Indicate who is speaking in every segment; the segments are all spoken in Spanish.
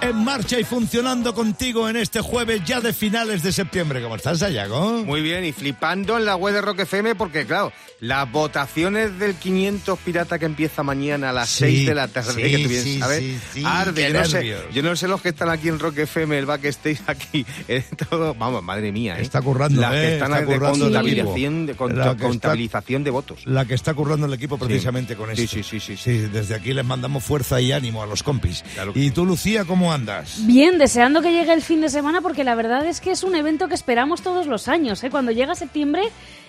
Speaker 1: En marcha y funcionando contigo en este jueves ya de finales de septiembre. ¿Cómo estás, Sayago?
Speaker 2: Muy bien, y flipando en la web de Rock FM porque, claro, las votaciones del 500 Pirata que empieza mañana a las
Speaker 1: Sí,
Speaker 2: 6 de la tarde,
Speaker 1: sí,
Speaker 2: que tú bien
Speaker 1: sí,
Speaker 2: sabes,
Speaker 1: sí, sí,
Speaker 2: arde.
Speaker 1: qué
Speaker 2: Yo no, sé,
Speaker 1: nervios.
Speaker 2: yo no sé los que están aquí en Rock FM, el backstage aquí, en todo, vamos, madre mía. ¿eh?
Speaker 1: Está currando,
Speaker 2: Las
Speaker 1: ¿eh?
Speaker 2: que están
Speaker 1: Está
Speaker 2: de
Speaker 1: currando el equipo.
Speaker 2: contabilización,
Speaker 1: La
Speaker 2: de
Speaker 1: que
Speaker 2: conta-
Speaker 1: está-
Speaker 2: contabilización de votos.
Speaker 1: La que está currando el equipo precisamente con
Speaker 2: Sí,
Speaker 1: esto.
Speaker 2: sí, sí, sí,
Speaker 1: Desde aquí les mandamos fuerza y ánimo a los compis.
Speaker 2: Claro que
Speaker 1: y
Speaker 2: sí.
Speaker 1: tú, Lucía, ¿cómo andas?
Speaker 3: Bien, deseando que llegue el fin de semana porque la verdad es que es un evento que esperamos todos los años. ¿eh? Cuando llega septiembre,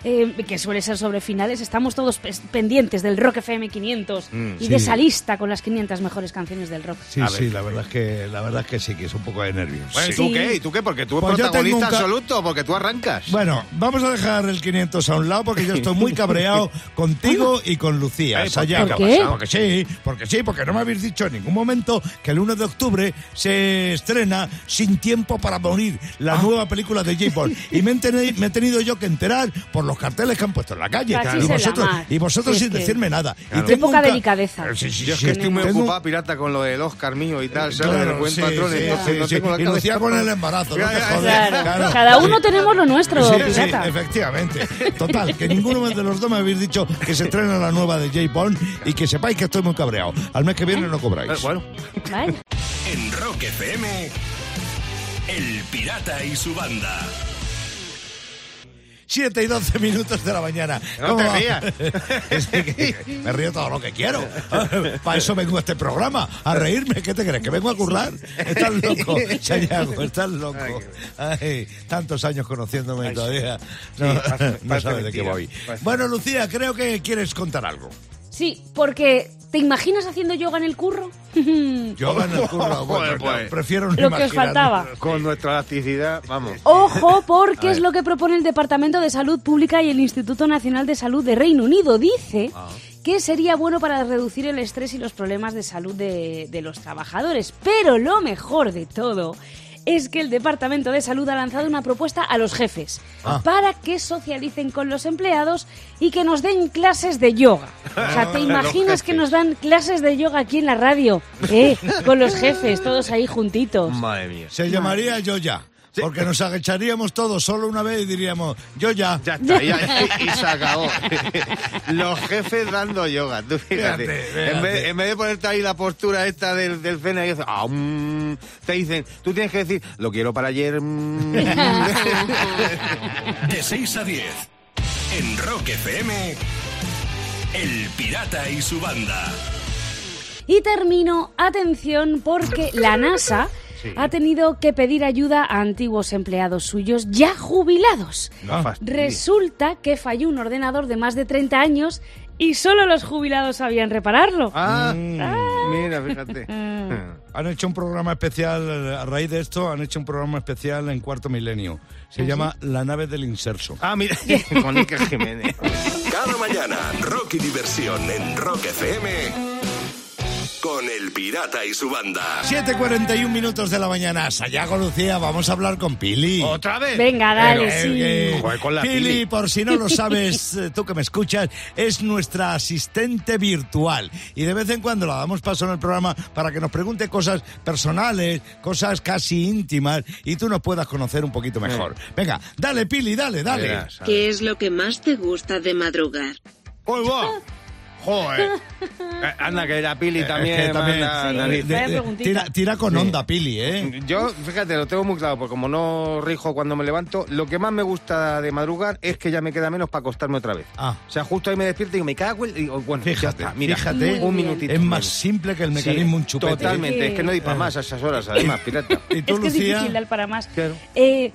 Speaker 3: eh, que suele ser sobre finales, estamos todos pes- pendientes del Rock FM 500 y
Speaker 1: Mm, sí.
Speaker 3: de esa lista con las 500 mejores canciones del rock.
Speaker 1: Sí,
Speaker 2: A
Speaker 1: sí,
Speaker 2: ver.
Speaker 1: la verdad es que la verdad es que sí, que es un poco de nervios.
Speaker 2: Bueno, ¿y
Speaker 1: Sí.
Speaker 2: tú
Speaker 3: Sí.
Speaker 2: qué? ¿Y tú qué? Porque tú eres
Speaker 1: Pues yo tengo
Speaker 2: protagonista
Speaker 1: un ca-
Speaker 2: absoluto, porque tú arrancas.
Speaker 1: Bueno, vamos a dejar el 500 a un lado porque yo estoy muy cabreado contigo y con Lucía.
Speaker 2: Eh, ¿por-
Speaker 1: Sayago.
Speaker 3: por qué?
Speaker 1: Porque sí, porque sí, porque no me habéis dicho en ningún momento que el 1 de octubre se estrena Sin Tiempo para Morir,
Speaker 2: Ah.
Speaker 1: la nueva película de J. Bond. Y me, he teni- me he tenido yo que enterar por los carteles que han puesto en la calle.
Speaker 3: Casi
Speaker 1: Y
Speaker 3: se la
Speaker 1: vosotros,
Speaker 3: mar.
Speaker 1: y vosotros
Speaker 3: Sí,
Speaker 1: sin
Speaker 3: es que-
Speaker 1: decirme nada.
Speaker 2: Claro.
Speaker 1: Y tengo
Speaker 3: Poca
Speaker 1: un ca-
Speaker 3: delicadeza.
Speaker 1: Eh, sí, sí,
Speaker 2: Yo es
Speaker 1: sí.
Speaker 2: que estoy muy
Speaker 1: Tengo-
Speaker 2: ocupado, pirata, con lo del Oscar mío y tal, ¿sabes?
Speaker 1: Claro,
Speaker 2: Del buen
Speaker 1: sí,
Speaker 2: patrón,
Speaker 1: sí,
Speaker 2: entonces
Speaker 1: sí,
Speaker 2: no
Speaker 1: sí.
Speaker 2: tengo la
Speaker 1: Y Lucía
Speaker 2: cabeza
Speaker 1: con el
Speaker 2: para-
Speaker 1: embarazo, no
Speaker 2: Ya,
Speaker 1: te
Speaker 2: ya,
Speaker 1: jodas.
Speaker 2: ya.
Speaker 3: Claro.
Speaker 1: Claro.
Speaker 3: Cada uno
Speaker 1: Sí.
Speaker 3: tenemos lo nuestro,
Speaker 1: Sí, sí,
Speaker 3: pirata.
Speaker 1: efectivamente. Total, que ninguno de los dos me habéis dicho que se estrena la nueva de J. Bond y que sepáis que estoy muy cabreado. Al mes que viene no
Speaker 2: Eh,
Speaker 1: cobráis.
Speaker 2: Bueno,
Speaker 3: Vaya.
Speaker 4: En Rock FM, El Pirata y su banda.
Speaker 1: 7 y 12 minutos de la mañana.
Speaker 2: No
Speaker 1: ¿Cómo
Speaker 2: te
Speaker 1: va?
Speaker 2: rías.
Speaker 1: Es que me río todo lo que quiero. Para eso vengo a este programa, a reírme. ¿Qué te crees? ¿Que vengo a currar? Estás loco, Sayago, estás loco. Ay, tantos años conociéndome y todavía no,
Speaker 2: Sí, parece-
Speaker 1: no
Speaker 2: parece
Speaker 1: sabes de qué
Speaker 2: mentira.
Speaker 1: voy.
Speaker 2: Parece-
Speaker 1: Bueno, Lucía, creo que quieres contar algo.
Speaker 3: Sí, porque ¿te imaginas haciendo yoga en el curro?
Speaker 1: Yo gano el curro. Bueno,
Speaker 2: Joder, pues.
Speaker 1: no, prefiero no
Speaker 3: Lo que os
Speaker 1: imaginar.
Speaker 3: faltaba.
Speaker 2: con nuestra elasticidad, vamos.
Speaker 3: Ojo, porque es lo que propone el Departamento de Salud Pública y el Instituto Nacional de Salud de Reino Unido. Dice
Speaker 2: Ah.
Speaker 3: que sería bueno para reducir el estrés y los problemas de salud de, de los trabajadores. Pero lo mejor de todo es que el Departamento de Salud ha lanzado una propuesta a los jefes
Speaker 1: Ah.
Speaker 3: para que socialicen con los empleados y que nos den clases de yoga. O sea, ¿te
Speaker 2: Los
Speaker 3: imaginas que
Speaker 2: jefes.
Speaker 3: nos dan clases de yoga aquí en la radio? ¿Eh? Con los jefes, todos ahí juntitos.
Speaker 2: Madre mía.
Speaker 1: Se llamaría Yo Ya. Porque nos agacharíamos todos solo una vez y diríamos Yo Ya.
Speaker 2: Ya está, ya, y se acabó. Los jefes dando yoga, tú fíjate.
Speaker 1: Fíjate, fíjate.
Speaker 2: En, vez, en vez de ponerte ahí la postura esta del, del cena y eso, ah, mm, te dicen, tú tienes que decir, lo quiero para ayer. mm".
Speaker 4: De 6 a 10, en Rock FM, El Pirata y su banda.
Speaker 3: Y termino, atención, porque la NASA ha tenido que pedir ayuda a antiguos empleados suyos ya jubilados.
Speaker 2: No fastidies.
Speaker 3: Resulta que falló un ordenador de más de 30 años y solo los jubilados sabían repararlo.
Speaker 2: Ah,
Speaker 3: Mm.
Speaker 2: mira, fíjate.
Speaker 1: Han hecho un programa especial, eh, a raíz de esto, han hecho un programa especial en Cuarto Milenio. Se
Speaker 3: Ah,
Speaker 1: llama La nave del inserso.
Speaker 2: Ah, mira, con Iker Jiménez.
Speaker 4: Cada mañana, rock y diversión en Rock FM, con El Pirata y su banda.
Speaker 1: 7.41 minutos de la mañana. Sayago Lucía, vamos a hablar con Pili.
Speaker 2: ¿Otra vez?
Speaker 3: Venga, dale,
Speaker 1: Eh,
Speaker 3: sí.
Speaker 1: eh,
Speaker 2: Joder, con la
Speaker 1: Pili,
Speaker 2: Pili.
Speaker 1: por si no lo sabes, eh, tú que me escuchas, es nuestra asistente virtual. Y de vez en cuando la damos paso en el programa para que nos pregunte cosas personales, cosas casi íntimas, y tú nos puedas conocer un poquito mejor. Venga, dale, Pili, dale, dale.
Speaker 2: Verás, a ver.
Speaker 5: ¿Qué es lo que más te gusta de madrugar?
Speaker 2: ¡Uy, va! Pues, ¡Joder! Eh, Anda, que la Pili también.
Speaker 1: Es que también-
Speaker 2: manda
Speaker 3: Sí.
Speaker 2: narices.
Speaker 3: Vaya preguntita.
Speaker 1: tira, tira con onda, Pili, ¿eh?
Speaker 2: Yo, fíjate, lo tengo muy claro, porque como no rijo cuando me levanto, lo que más me gusta de madrugar es que ya me queda menos para acostarme otra vez.
Speaker 1: Ah.
Speaker 2: O sea, justo ahí me despierto y digo, me cago en... y digo, bueno, ya
Speaker 1: Fíjate,
Speaker 2: está, mira,
Speaker 1: fíjate.
Speaker 3: Muy
Speaker 2: un
Speaker 3: bien.
Speaker 2: minutito.
Speaker 1: Es más
Speaker 2: menos.
Speaker 1: simple que el mecanismo
Speaker 2: Sí,
Speaker 1: un chupete. ¿eh?
Speaker 2: Totalmente, es que no hay para más a esas horas, además, pirata.
Speaker 1: ¿Y tú,
Speaker 3: es que es
Speaker 1: Lucía?
Speaker 3: difícil dar para más.
Speaker 2: Claro.
Speaker 3: Eh,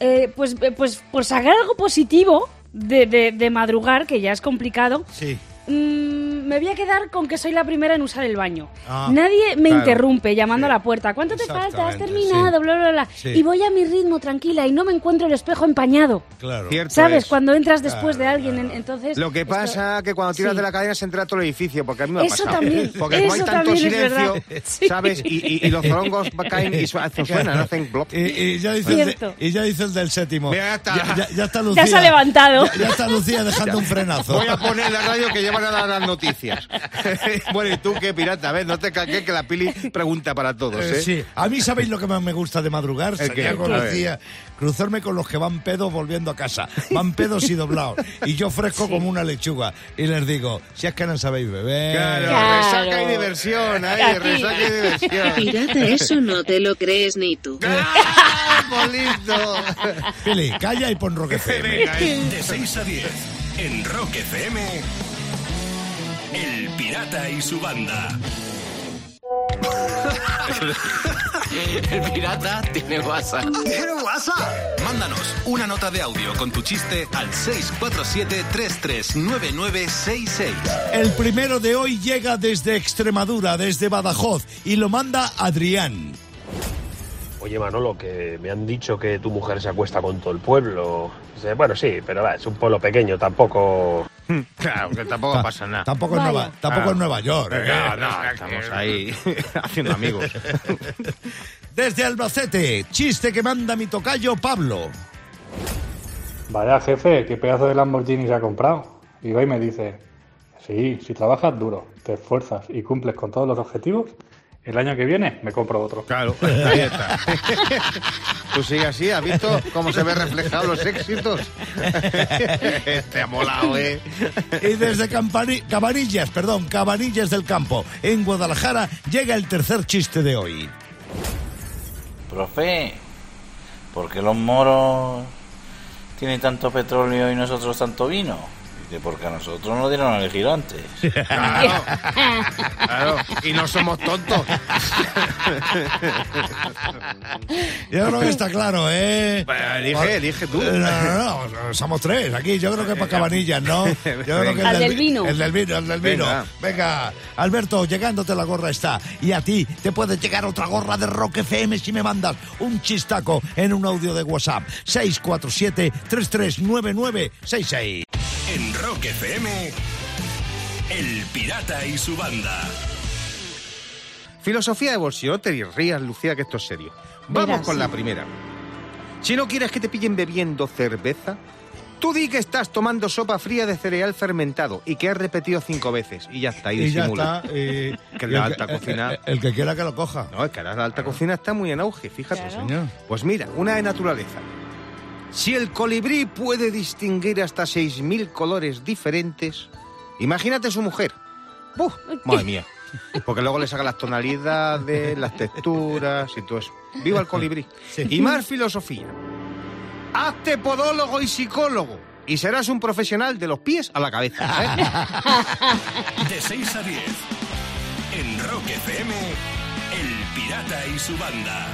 Speaker 3: eh, pues, eh, pues por sacar algo positivo de, de- de madrugar, que ya es complicado,
Speaker 1: Sí.
Speaker 3: mm, me voy a quedar con que soy la primera en usar el baño.
Speaker 1: Ah,
Speaker 3: Nadie me
Speaker 2: claro.
Speaker 3: interrumpe llamando
Speaker 2: Sí.
Speaker 3: a la puerta. ¿Cuánto te falta? ¿Has
Speaker 1: Exactamente,
Speaker 3: terminado?
Speaker 1: sí.
Speaker 3: Bla, bla, bla.
Speaker 1: Sí.
Speaker 3: Y voy a mi ritmo tranquila y no me encuentro el espejo empañado.
Speaker 1: Claro.
Speaker 2: Cierto
Speaker 3: ¿Sabes?
Speaker 2: es.
Speaker 3: Cuando entras después de
Speaker 1: Claro,
Speaker 3: alguien,
Speaker 1: claro.
Speaker 3: en- entonces...
Speaker 2: Pues, Lo que
Speaker 3: esto-
Speaker 2: pasa que cuando tiras
Speaker 3: Sí.
Speaker 2: de la cadena se entra todo el edificio, porque a mí me ha
Speaker 3: Eso
Speaker 2: pasado.
Speaker 3: también,
Speaker 2: Porque como hay
Speaker 3: eso
Speaker 2: tanto
Speaker 3: también es verdad.
Speaker 2: silencio,
Speaker 3: Sí.
Speaker 2: ¿sabes? Y, y- y los zorongos caen y su- hacen- suenan, hacen blop.
Speaker 1: Y, y Eh, ya dice el de-
Speaker 3: Cierto.
Speaker 1: y ya dice el del séptimo.
Speaker 2: Mira, ya está.
Speaker 1: Ya, ya- ya está Lucía.
Speaker 3: Ya se ha levantado.
Speaker 1: Ya, ya está Lucía dejando un frenazo. Eh,
Speaker 2: Voy a poner la radio que llevan a dar las noticias. bueno, y tú qué pirata, ¿ves? No te caques que la pili pregunta para todos,
Speaker 1: Eh,
Speaker 2: ¿eh?
Speaker 1: sí. A mí sabéis lo que más me gusta de madrugar,
Speaker 2: ¿El
Speaker 1: Salir
Speaker 2: qué?
Speaker 1: con
Speaker 2: A
Speaker 1: los
Speaker 2: ver.
Speaker 1: días, cruzarme con los que van pedos volviendo a casa. Van pedos y doblados. Y yo fresco como una lechuga. Y les digo, si es que no sabéis beber.
Speaker 2: Claro,
Speaker 3: Claro.
Speaker 2: resaca y diversión, ahí,
Speaker 3: Aquí.
Speaker 2: resaca y diversión.
Speaker 5: Pirata, eso no te lo crees ni tú.
Speaker 2: ¡Ah, bolito!
Speaker 1: Pili, calla y pon roque FM.
Speaker 2: Venga, eh.
Speaker 4: De 6 a 10 en Rock FM. El Pirata y su banda.
Speaker 6: El pirata tiene WhatsApp.
Speaker 7: ¿Tiene WhatsApp? Mándanos una nota de audio con tu chiste al 647-339966.
Speaker 1: El primero de hoy llega desde Extremadura, desde Badajoz, y lo manda Adrián.
Speaker 8: Oye Manolo, que me han dicho que tu mujer se acuesta con todo el pueblo. Dice, Bueno, sí, pero va, es un pueblo pequeño, tampoco...
Speaker 2: Claro, que tampoco pasa nada. Ah.
Speaker 1: Tampoco, es
Speaker 3: Vaya.
Speaker 1: Nueva, tampoco es Nueva York. ¿eh?
Speaker 2: No, no, estamos ahí haciendo amigos.
Speaker 1: Desde Albacete, chiste que manda mi tocayo Pablo.
Speaker 9: Vaya jefe, qué pedazo de Lamborghini se ha comprado. Y va y me dice, sí, si trabajas duro, te esfuerzas y cumples con todos los objetivos, el año que viene me compro otro.
Speaker 2: Claro, ahí está. Tú sigues así, ¿has visto cómo se ven reflejados los éxitos? Te ha molado, ¿eh?
Speaker 1: Y desde Campani- Cabanillas, perdón, Cabanillas del Campo, en Guadalajara, llega el tercer chiste de hoy.
Speaker 10: Profe, ¿por qué los moros tienen tanto petróleo y nosotros tanto vino? Dice, porque a nosotros nos dieron a elegir antes.
Speaker 2: Claro, claro. Y no somos tontos.
Speaker 1: Yo creo que está claro, ¿eh?
Speaker 2: Bueno, Pues, elige,
Speaker 1: Por-
Speaker 2: elige tú. Eh,
Speaker 1: No, no, no, no, somos tres aquí. Yo creo que para Cabanillas, ¿no? Yo creo que
Speaker 3: Al del vino.
Speaker 1: El del vino, el del vino.
Speaker 2: Venga.
Speaker 1: Venga, Alberto, llegándote la gorra está. Y a ti te puede llegar otra gorra de Rock FM si me mandas un chistaco en un audio de WhatsApp. 647-339966.
Speaker 4: En Rock FM. El Pirata y su banda.
Speaker 2: Filosofía de bolsillo, no te rías, Lucía, que esto es serio. Vamos
Speaker 3: Mira,
Speaker 2: con
Speaker 3: sí.
Speaker 2: la primera. Si no quieres que te pillen bebiendo cerveza, tú di que estás tomando sopa fría de cereal fermentado y que has repetido cinco veces. Y ya está, y,
Speaker 1: Y ya
Speaker 2: disimula.
Speaker 1: está. y-
Speaker 2: Que
Speaker 1: y
Speaker 2: la
Speaker 1: el
Speaker 2: alta cocina-
Speaker 1: El, el que quiera que lo coja.
Speaker 2: No, es que ahora la alta cocina está muy en auge, fíjate.
Speaker 3: Claro.
Speaker 1: Señor.
Speaker 2: Pues mira, una de naturaleza. Si el colibrí puede distinguir hasta 6.000 colores diferentes, imagínate su mujer. ¡Buf! Madre mía. Porque luego le saca las tonalidades, las texturas y todo eso. ¡Viva el colibrí! Y más filosofía. Hazte podólogo y psicólogo y serás un profesional de los pies a la cabeza. ¿eh?
Speaker 4: De 6 a 10. En Rock FM. El Pirata y su banda.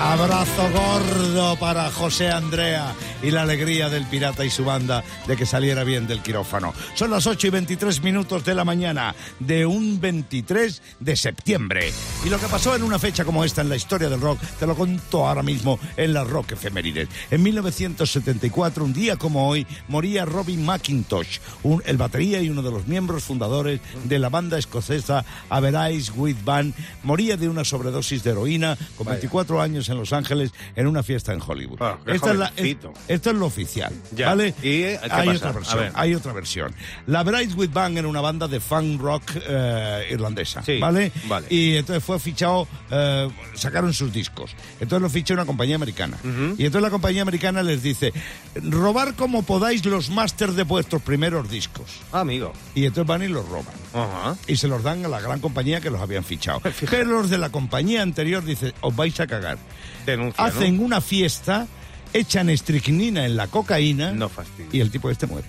Speaker 1: Abrazo gordo para José Andrea y la alegría del pirata y su banda de que saliera bien del quirófano. Son las 8 y 23 minutos de la mañana de un 23 de septiembre. Y lo que pasó en una fecha como esta en la historia del rock, te lo conto ahora mismo en la Rock Efemérides. En 1974, un día como hoy, moría Robin McIntosh, un- el batería y uno de los miembros fundadores de la banda escocesa Average With Band. Moría de una sobredosis de heroína con 24 años en Los Ángeles en una fiesta en Hollywood.
Speaker 2: Ah, qué
Speaker 1: Esta es la-
Speaker 2: jovencito.
Speaker 1: esto es lo oficial,
Speaker 2: Ya.
Speaker 1: ¿vale?
Speaker 2: ¿Y, eh, qué
Speaker 1: hay
Speaker 2: pasa?
Speaker 1: otra
Speaker 2: A
Speaker 1: versión,
Speaker 2: ver.
Speaker 1: hay otra versión. La Bright With Bang era una banda de funk rock eh, irlandesa,
Speaker 2: Sí,
Speaker 1: ¿vale?
Speaker 2: vale.
Speaker 1: Y entonces fue fichado, eh, sacaron sus discos. Entonces lo fichó una compañía americana. Y entonces la compañía americana les dice, robar como podáis los másters de vuestros primeros discos.
Speaker 2: Amigo.
Speaker 1: Y entonces van y los roban
Speaker 2: Ajá.
Speaker 1: y se los dan a la gran compañía que los habían fichado. Pero los de la compañía anterior dicen, os vais a cagar.
Speaker 2: Denuncia, ¿no?
Speaker 1: Hacen una fiesta, echan estricnina en la cocaína
Speaker 2: No fastidies.
Speaker 1: y el tipo este muere.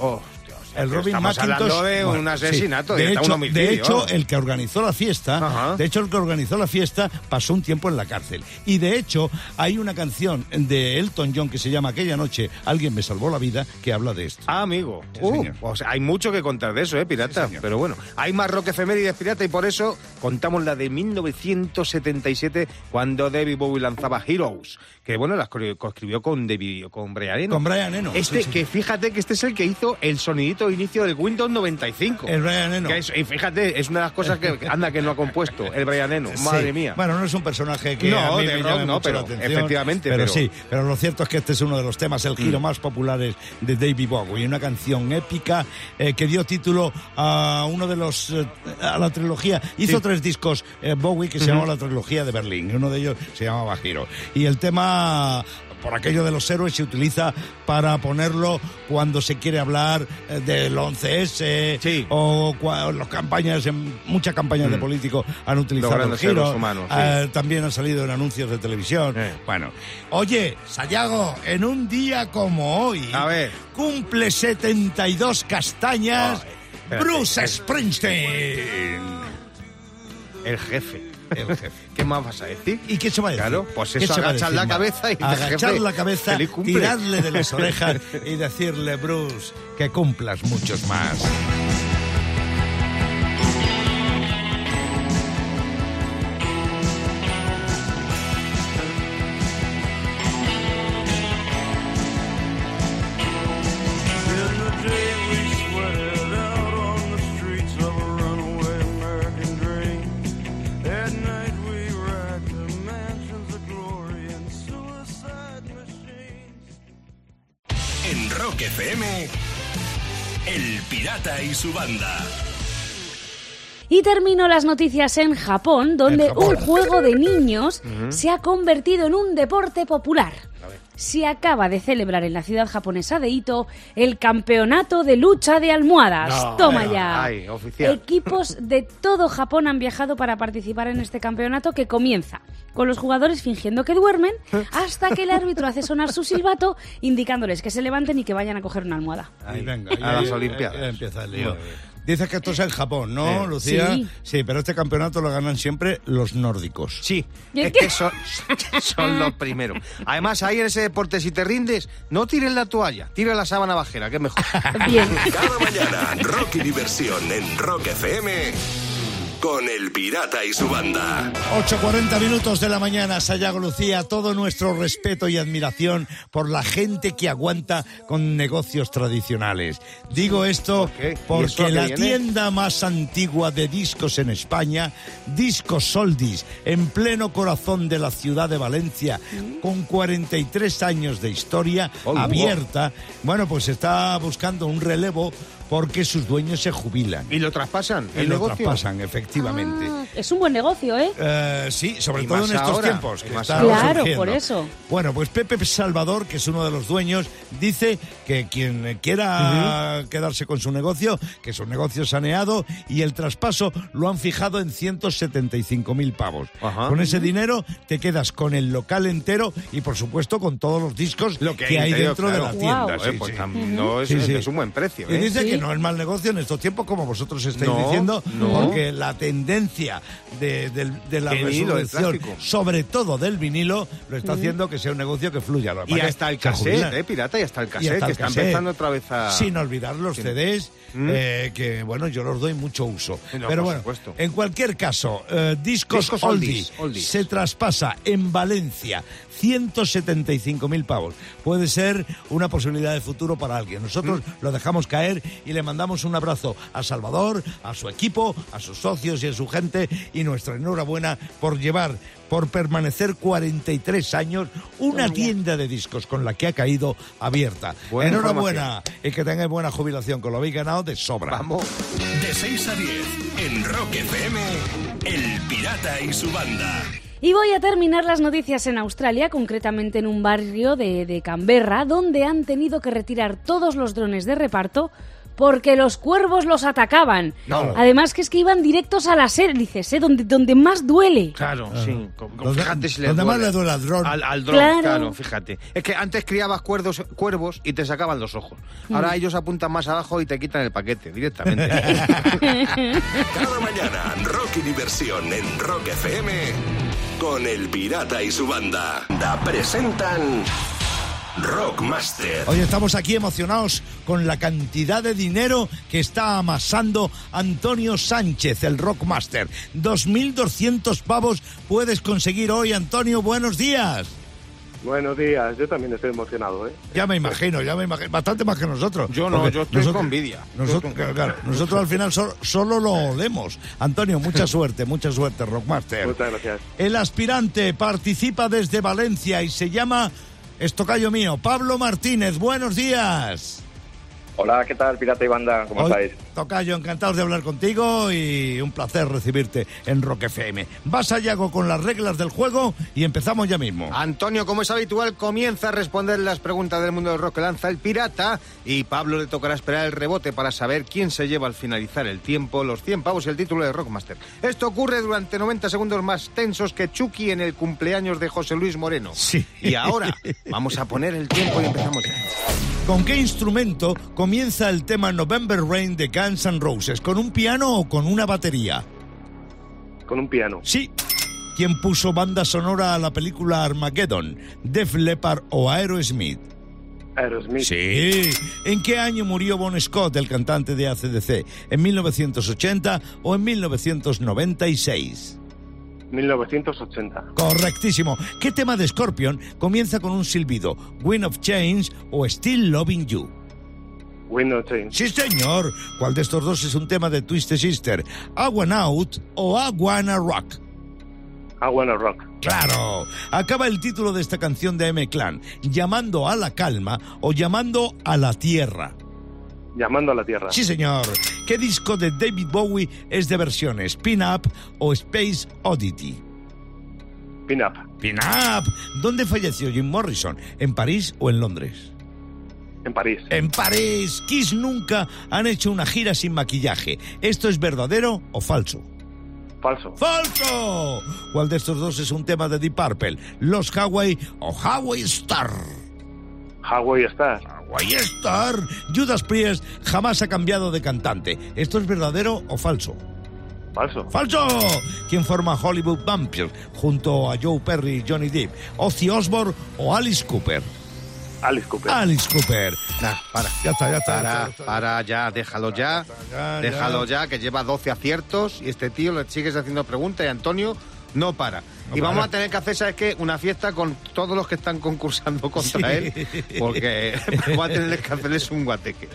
Speaker 2: Oh, Hostias,
Speaker 1: el Robin
Speaker 2: estamos
Speaker 1: McIntosh.
Speaker 2: hablando de un asesinato,
Speaker 1: de,
Speaker 2: de un
Speaker 1: hecho,
Speaker 2: homicidio.
Speaker 1: de hecho, el que organizó la fiesta, de hecho, el que organizó la fiesta pasó un tiempo en la cárcel. Y de hecho, hay una canción de Elton John que se llama Aquella noche alguien me salvó la vida que habla de esto.
Speaker 2: Ah, amigo. Uh, o sea, hay mucho que contar de eso, ¿eh, pirata? Pero bueno, hay más rock efemérides, pirata, y por eso contamos la de 1977, cuando David Bowie lanzaba Heroes, que bueno, las co- coescribió con, David, con Brian Eno.
Speaker 1: Con Brian Eno,
Speaker 2: Este,
Speaker 1: sí, sí.
Speaker 2: que fíjate que este es el que hizo el sonidito de inicio del Windows 95.
Speaker 1: El Brian Eno.
Speaker 2: Que es- y fíjate, es una de las cosas que, que anda que no ha compuesto, el Brian Eno. Madre
Speaker 1: Sí.
Speaker 2: mía.
Speaker 1: Bueno, no es un personaje que
Speaker 2: No,
Speaker 1: a mí
Speaker 2: de
Speaker 1: me
Speaker 2: rock
Speaker 1: llame
Speaker 2: no,
Speaker 1: mucho
Speaker 2: pero
Speaker 1: la atención,
Speaker 2: efectivamente,
Speaker 1: pero,
Speaker 2: pero-
Speaker 1: sí, pero lo cierto es que este es uno de los temas, el giro
Speaker 2: Mm.
Speaker 1: más populares de David Bowie, una canción épica eh, que dio título a uno de los eh, a la trilogía. Hizo
Speaker 2: Sí.
Speaker 1: tres discos eh, Bowie que se
Speaker 2: Ujú.
Speaker 1: llamaba la trilogía de Berlín, y uno de ellos se llamaba Giro. Y el tema por aquello de los héroes se utiliza para ponerlo cuando se quiere hablar eh, del 11S o cua- las campañas en muchas campañas
Speaker 2: Mm.
Speaker 1: de políticos han utilizado utilizado
Speaker 2: Logrando
Speaker 1: el giro.
Speaker 2: seres humanos, sí.
Speaker 1: Ah, También ha salido en anuncios de televisión. Bueno, oye, Sayago, en un día como hoy, cumple 72 castañas Bruce Springsteen.
Speaker 2: El jefe.
Speaker 1: El jefe.
Speaker 2: ¿Qué más vas a decir?
Speaker 1: ¿Y qué se va a decir?
Speaker 2: Claro, pues
Speaker 1: ¿Qué
Speaker 2: eso,
Speaker 1: se va a
Speaker 2: agachar
Speaker 1: decir
Speaker 2: la
Speaker 1: más?
Speaker 2: cabeza y
Speaker 1: Agachar
Speaker 2: jefe,
Speaker 1: la cabeza,
Speaker 2: feliz cumple.
Speaker 1: tirarle de las orejas y decirle, Bruce, que cumplas muchos más.
Speaker 11: In the day we sweated out on the streets of a runaway American dream. At night we racked the mansions of glory and suicide machines.
Speaker 4: En Rock FM, El Pirata y su banda.
Speaker 3: Y termino las noticias en Japón, donde un juego de niños
Speaker 5: Ujú.
Speaker 3: se ha convertido en un deporte popular. Se acaba de celebrar en la ciudad japonesa de Ito el campeonato de lucha de almohadas.
Speaker 2: No,
Speaker 3: Toma
Speaker 2: ay,
Speaker 3: ya.
Speaker 2: ay, oficial.
Speaker 3: Equipos de todo Japón han viajado para participar en este campeonato que comienza con los jugadores fingiendo que duermen hasta que el árbitro hace sonar su silbato indicándoles que se levanten y que vayan a coger una almohada.
Speaker 1: Ahí, venga,
Speaker 2: a las Olimpiadas.
Speaker 1: ahí empieza el lío.
Speaker 2: Muy
Speaker 1: Dices que esto es en Japón, ¿no,
Speaker 2: Eh,
Speaker 1: Lucía?
Speaker 3: Sí.
Speaker 1: pero este campeonato lo ganan siempre los nórdicos.
Speaker 2: Sí,
Speaker 3: ¿Y el
Speaker 2: es
Speaker 3: qué?
Speaker 2: que son, son los primeros. Además, ahí en ese deporte, si te rindes, no tires la toalla, tira la sábana bajera, que es mejor.
Speaker 4: Cada mañana, rock y diversión en Rock FM con El Pirata y su banda.
Speaker 1: 8.40 minutos de la mañana, Sayago Lucía, todo nuestro respeto y admiración por la gente que aguanta con negocios tradicionales. Digo esto
Speaker 2: ¿Y eso a
Speaker 1: porque
Speaker 2: qué
Speaker 1: la
Speaker 2: viene?
Speaker 1: tienda más antigua de discos en España, Discos Soldis, en pleno corazón de la ciudad de Valencia, con 43 años de historia,
Speaker 2: Mm. Oh,
Speaker 1: abierta, bueno, pues está buscando un relevo porque sus dueños se jubilan.
Speaker 2: Y lo traspasan,
Speaker 1: Y
Speaker 2: el
Speaker 1: lo
Speaker 2: negocio. Ah.
Speaker 1: traspasan, efectivamente.
Speaker 3: Ah, Es un buen negocio, ¿eh?
Speaker 1: Eh, sí, sobre
Speaker 2: Y
Speaker 1: todo
Speaker 2: más
Speaker 1: en estos
Speaker 2: ahora,
Speaker 1: tiempos.
Speaker 2: y
Speaker 1: que
Speaker 2: más
Speaker 1: están
Speaker 3: ahora. Claro,
Speaker 1: surgiendo.
Speaker 3: por eso.
Speaker 1: Bueno, pues Pepe Salvador, que es uno de los dueños, dice que quien quiera quedarse con su negocio, que es un negocio saneado y el traspaso lo han fijado en 175 mil pavos. Con ese dinero te quedas con el local entero y, por supuesto, con todos los discos que, hay
Speaker 2: interior,
Speaker 1: dentro de
Speaker 2: claro.
Speaker 1: la tienda.
Speaker 2: Guau.
Speaker 1: sí,
Speaker 2: Eh, pues
Speaker 1: sí.
Speaker 2: tam- no, es-
Speaker 1: Sí, sí.
Speaker 2: es un buen precio,
Speaker 1: Y
Speaker 2: ¿eh?
Speaker 1: dice
Speaker 2: Sí.
Speaker 1: que no es mal negocio en estos tiempos, como vosotros estáis
Speaker 2: No,
Speaker 1: diciendo,
Speaker 2: no.
Speaker 1: porque la tendencia de, del- de la
Speaker 2: Del vinilo, del
Speaker 1: resolución,
Speaker 2: plástico.
Speaker 1: sobre todo del vinilo, lo está
Speaker 2: Mm.
Speaker 1: haciendo que sea un negocio que fluya. Lo que
Speaker 2: Y
Speaker 1: pasa
Speaker 2: hasta
Speaker 1: es
Speaker 2: el
Speaker 1: que se
Speaker 2: cassette,
Speaker 1: jubilan.
Speaker 2: ¿eh, pirata? Y hasta el cassette,
Speaker 1: Y hasta
Speaker 2: que
Speaker 1: el
Speaker 2: está
Speaker 1: cassette.
Speaker 2: empezando otra vez a...
Speaker 1: Sin olvidar los
Speaker 2: Sí.
Speaker 1: CDs,
Speaker 2: Mm.
Speaker 1: eh, que bueno, yo los doy mucho uso. Pero
Speaker 2: No, por
Speaker 1: bueno,
Speaker 2: supuesto.
Speaker 1: en cualquier caso, eh, Discos,
Speaker 2: Discos
Speaker 1: Oldies,
Speaker 2: Oldies, Oldies.
Speaker 1: se traspasa en Valencia 175.000 pavos. Puede ser una posibilidad de futuro para alguien. Nosotros
Speaker 2: Mm.
Speaker 1: lo dejamos caer y le mandamos un abrazo a Salvador, a su equipo, a sus socios y a su gente y nuestra enhorabuena por llevar, por permanecer 43 años, una tienda de discos con la que ha caído abierta.
Speaker 2: Buena
Speaker 1: enhorabuena y que tengáis buena jubilación, que lo habéis ganado de sobra.
Speaker 2: Vamos.
Speaker 4: De 6 a 10 en Rock FM, El Pirata y su banda.
Speaker 3: Y voy a terminar las noticias en Australia, concretamente en un barrio de, de Canberra, donde han tenido que retirar todos los drones de reparto porque los cuervos los atacaban.
Speaker 2: No.
Speaker 3: Además que es que iban directos a las hélices, ¿eh? donde, donde más duele.
Speaker 2: Claro, sí. Con, con-
Speaker 1: ¿Dónde-
Speaker 2: fíjate si le
Speaker 1: dónde más
Speaker 2: duele.
Speaker 1: le duele al dron?
Speaker 2: Al, al dron,
Speaker 3: Claro.
Speaker 2: claro. fíjate. Es que antes criabas cuerdos, cuervos y te sacaban los ojos. Ahora
Speaker 3: Mm.
Speaker 2: ellos apuntan más abajo y te quitan el paquete directamente.
Speaker 4: Cada mañana, Rocky Diversión en Rock FM con el pirata y su banda. Da presentan Rockmaster.
Speaker 1: Hoy estamos aquí emocionados con la cantidad de dinero que está amasando Antonio Sánchez, el Rockmaster. 2.200 pavos puedes conseguir hoy, Antonio. Buenos días.
Speaker 8: Buenos días, yo también estoy emocionado, ¿eh?
Speaker 1: Ya me imagino, ya me imagino. Bastante más que nosotros.
Speaker 2: Yo no,
Speaker 1: Porque
Speaker 2: yo estoy con envidia.
Speaker 1: Nosotros, claro, claro, nosotros al final so- solo lo olemos. Antonio, mucha suerte, mucha suerte, Rockmaster.
Speaker 8: Muchas gracias.
Speaker 1: El aspirante participa desde Valencia y se llama, estocayo mío, Pablo Martínez. Buenos días.
Speaker 12: Hola, ¿qué tal, Pirata y Banda? ¿Cómo
Speaker 1: Hoy-
Speaker 12: estáis?
Speaker 1: Tocayo, encantados de hablar contigo y un placer recibirte en Rock FM. Vas a Yago con las reglas del juego y empezamos ya mismo.
Speaker 2: Ah, Antonio, como es habitual, comienza a responder las preguntas del mundo del rock que lanza el pirata y Pablo le tocará esperar el rebote para saber quién se lleva al finalizar el tiempo, los 100 pavos y el título de Rockmaster. Esto ocurre durante 90 segundos más tensos que Chucky en el cumpleaños de José Luis Moreno.
Speaker 1: Sí.
Speaker 2: Y ahora vamos a poner el tiempo y empezamos ya.
Speaker 1: ¿Con qué instrumento comienza el tema November Rain de Guns N' Roses? ¿Con un piano o con una batería?
Speaker 8: Con un piano.
Speaker 1: Sí. ¿Quién puso banda sonora a la película Armageddon? ¿Def Leppard o Aerosmith?
Speaker 8: Aerosmith.
Speaker 1: Sí. ¿En qué año murió Bon Scott, el cantante de ACDC? ¿En 1980 o en 1996?
Speaker 8: 1980.
Speaker 1: Correctísimo. ¿Qué tema de Scorpion comienza con un silbido? ¿Win of Change o Still Loving You?
Speaker 8: Windows Change.
Speaker 1: Sí, señor. ¿Cuál de estos dos es un tema de Twisted Sister? ¿I Wanna Out o I Wanna Rock?
Speaker 8: I Wanna Rock.
Speaker 1: Claro. Acaba el título de esta canción de M Clan, llamando a la calma o llamando a la tierra.
Speaker 8: Llamando a la Tierra.
Speaker 1: Sí, señor. ¿Qué disco de David Bowie es de versiones? ¿Pin Up o Space Oddity?
Speaker 8: Pin Up.
Speaker 1: Pin Up. ¿Dónde falleció Jim Morrison? ¿En París o en Londres?
Speaker 8: En París.
Speaker 1: En París. Kiss nunca han hecho una gira sin maquillaje. ¿Esto es verdadero o falso?
Speaker 8: Falso.
Speaker 1: ¡Falso! ¿Cuál de estos dos es un tema de Deep Purple? ¿Los Hawaii o Hawaii Star?
Speaker 8: Hawaii Star.
Speaker 1: Hawaii Star. Judas Priest jamás ha cambiado de cantante. ¿Esto es verdadero o falso?
Speaker 8: Falso.
Speaker 1: ¡Falso! ¿Quién forma Hollywood Vampire junto a Joe Perry y Johnny Depp? ¿Ozzy Osbourne o Alice Cooper?
Speaker 8: Alice Cooper.
Speaker 1: Alice Cooper.
Speaker 2: Nah, para.
Speaker 1: Ya está, ya está. ya
Speaker 2: Para,
Speaker 1: está.
Speaker 2: para ya, déjalo ya.
Speaker 1: ya,
Speaker 2: Déjalo ya, que lleva 12 aciertos y este tío le sigues haciendo preguntas y Antonio no para.
Speaker 1: No
Speaker 2: y vamos
Speaker 1: para.
Speaker 2: a tener que hacer, ¿sabes qué? Una fiesta con todos los que están concursando contra
Speaker 1: Sí.
Speaker 2: él, porque va a tener que hacerles un guateque.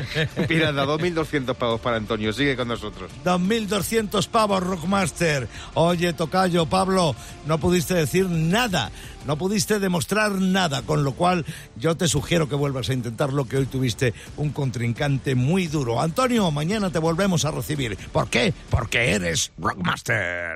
Speaker 2: Pirata, 2.200 pavos para Antonio, sigue con nosotros.
Speaker 1: 2.200 pavos, Rockmaster. Oye, Tocayo, Pablo, no pudiste decir nada, no pudiste demostrar nada, con lo cual yo te sugiero que vuelvas a intentarlo, que hoy tuviste un contrincante muy duro. Antonio, mañana te volvemos a recibir. ¿Por qué? Porque eres Rockmaster.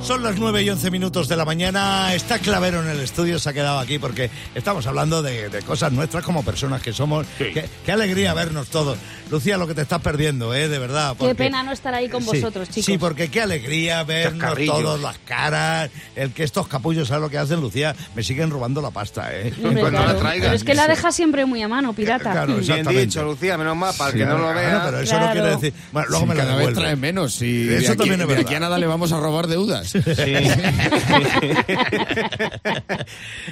Speaker 1: Son las 9 y 11 minutos de la mañana. Está Clavero en el estudio, se ha quedado aquí porque estamos hablando de, de cosas nuestras como personas que somos. Qué, qué alegría vernos todos. Lucía, lo que te estás perdiendo, ¿eh? De verdad.
Speaker 3: Qué
Speaker 1: porque-
Speaker 3: pena no estar ahí con
Speaker 1: Sí,
Speaker 3: vosotros, chicos.
Speaker 1: Sí, porque qué alegría vernos
Speaker 2: Chascarrillos.
Speaker 1: todos las caras. El que estos capullos, ¿sabes lo que hacen, Lucía? Me siguen robando la pasta, ¿eh?
Speaker 3: Hombre,
Speaker 2: Cuando
Speaker 3: claro.
Speaker 2: la traigan.
Speaker 3: Pero es que la deja siempre muy a mano, pirata.
Speaker 1: Claro,
Speaker 2: Bien
Speaker 1: exactamente.
Speaker 2: dicho, Lucía, menos mal, para el
Speaker 1: Sí,
Speaker 2: que no lo
Speaker 1: claro,
Speaker 2: vea.
Speaker 1: pero eso no
Speaker 3: Claro.
Speaker 1: quiere decir. Bueno, luego
Speaker 13: Sí,
Speaker 1: me la
Speaker 13: cada vez
Speaker 1: devuelven.
Speaker 13: trae menos y
Speaker 1: Eso
Speaker 13: de aquí,
Speaker 1: también es
Speaker 13: de
Speaker 1: verdad.
Speaker 13: aquí a nada le vamos a robar deudas.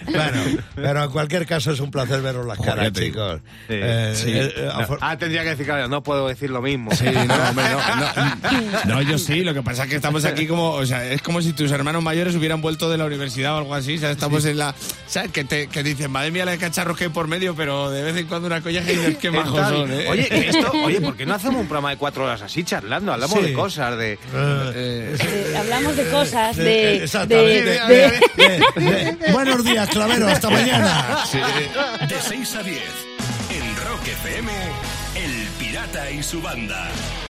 Speaker 1: Bueno, pero en cualquier caso es un placer veros las caras,
Speaker 13: ya te digo.
Speaker 1: chicos.
Speaker 2: Sí.
Speaker 1: Eh,
Speaker 13: Sí.
Speaker 1: eh, eh, afor-
Speaker 2: Ah, tendría que decir, claro, no puedo decir lo mismo.
Speaker 13: Sí, no, hombre, no, no. No, yo sí, lo que pasa es que estamos aquí como, o sea, es como si tus hermanos mayores hubieran vuelto de la universidad o algo así, o sea, estamos en la, ¿sabes? Que, te, que dicen, madre mía, la cacharros que hay por medio, pero de vez en cuando una colleja y dices, qué majos
Speaker 2: Tal.
Speaker 13: son, ¿eh?
Speaker 2: Oye, que esto, oye, ¿por qué no hacemos un programa de cuatro horas así charlando? Hablamos
Speaker 1: Sí.
Speaker 2: de cosas, de...
Speaker 1: Eh,
Speaker 3: Eh, hablamos de cosas, de...
Speaker 1: Exactamente.
Speaker 3: de-
Speaker 1: De-
Speaker 3: de-
Speaker 1: de- de- Buenos días, Clavero. Hasta mañana.
Speaker 4: De 6 a 10, en Rock FM, el pirata y su banda.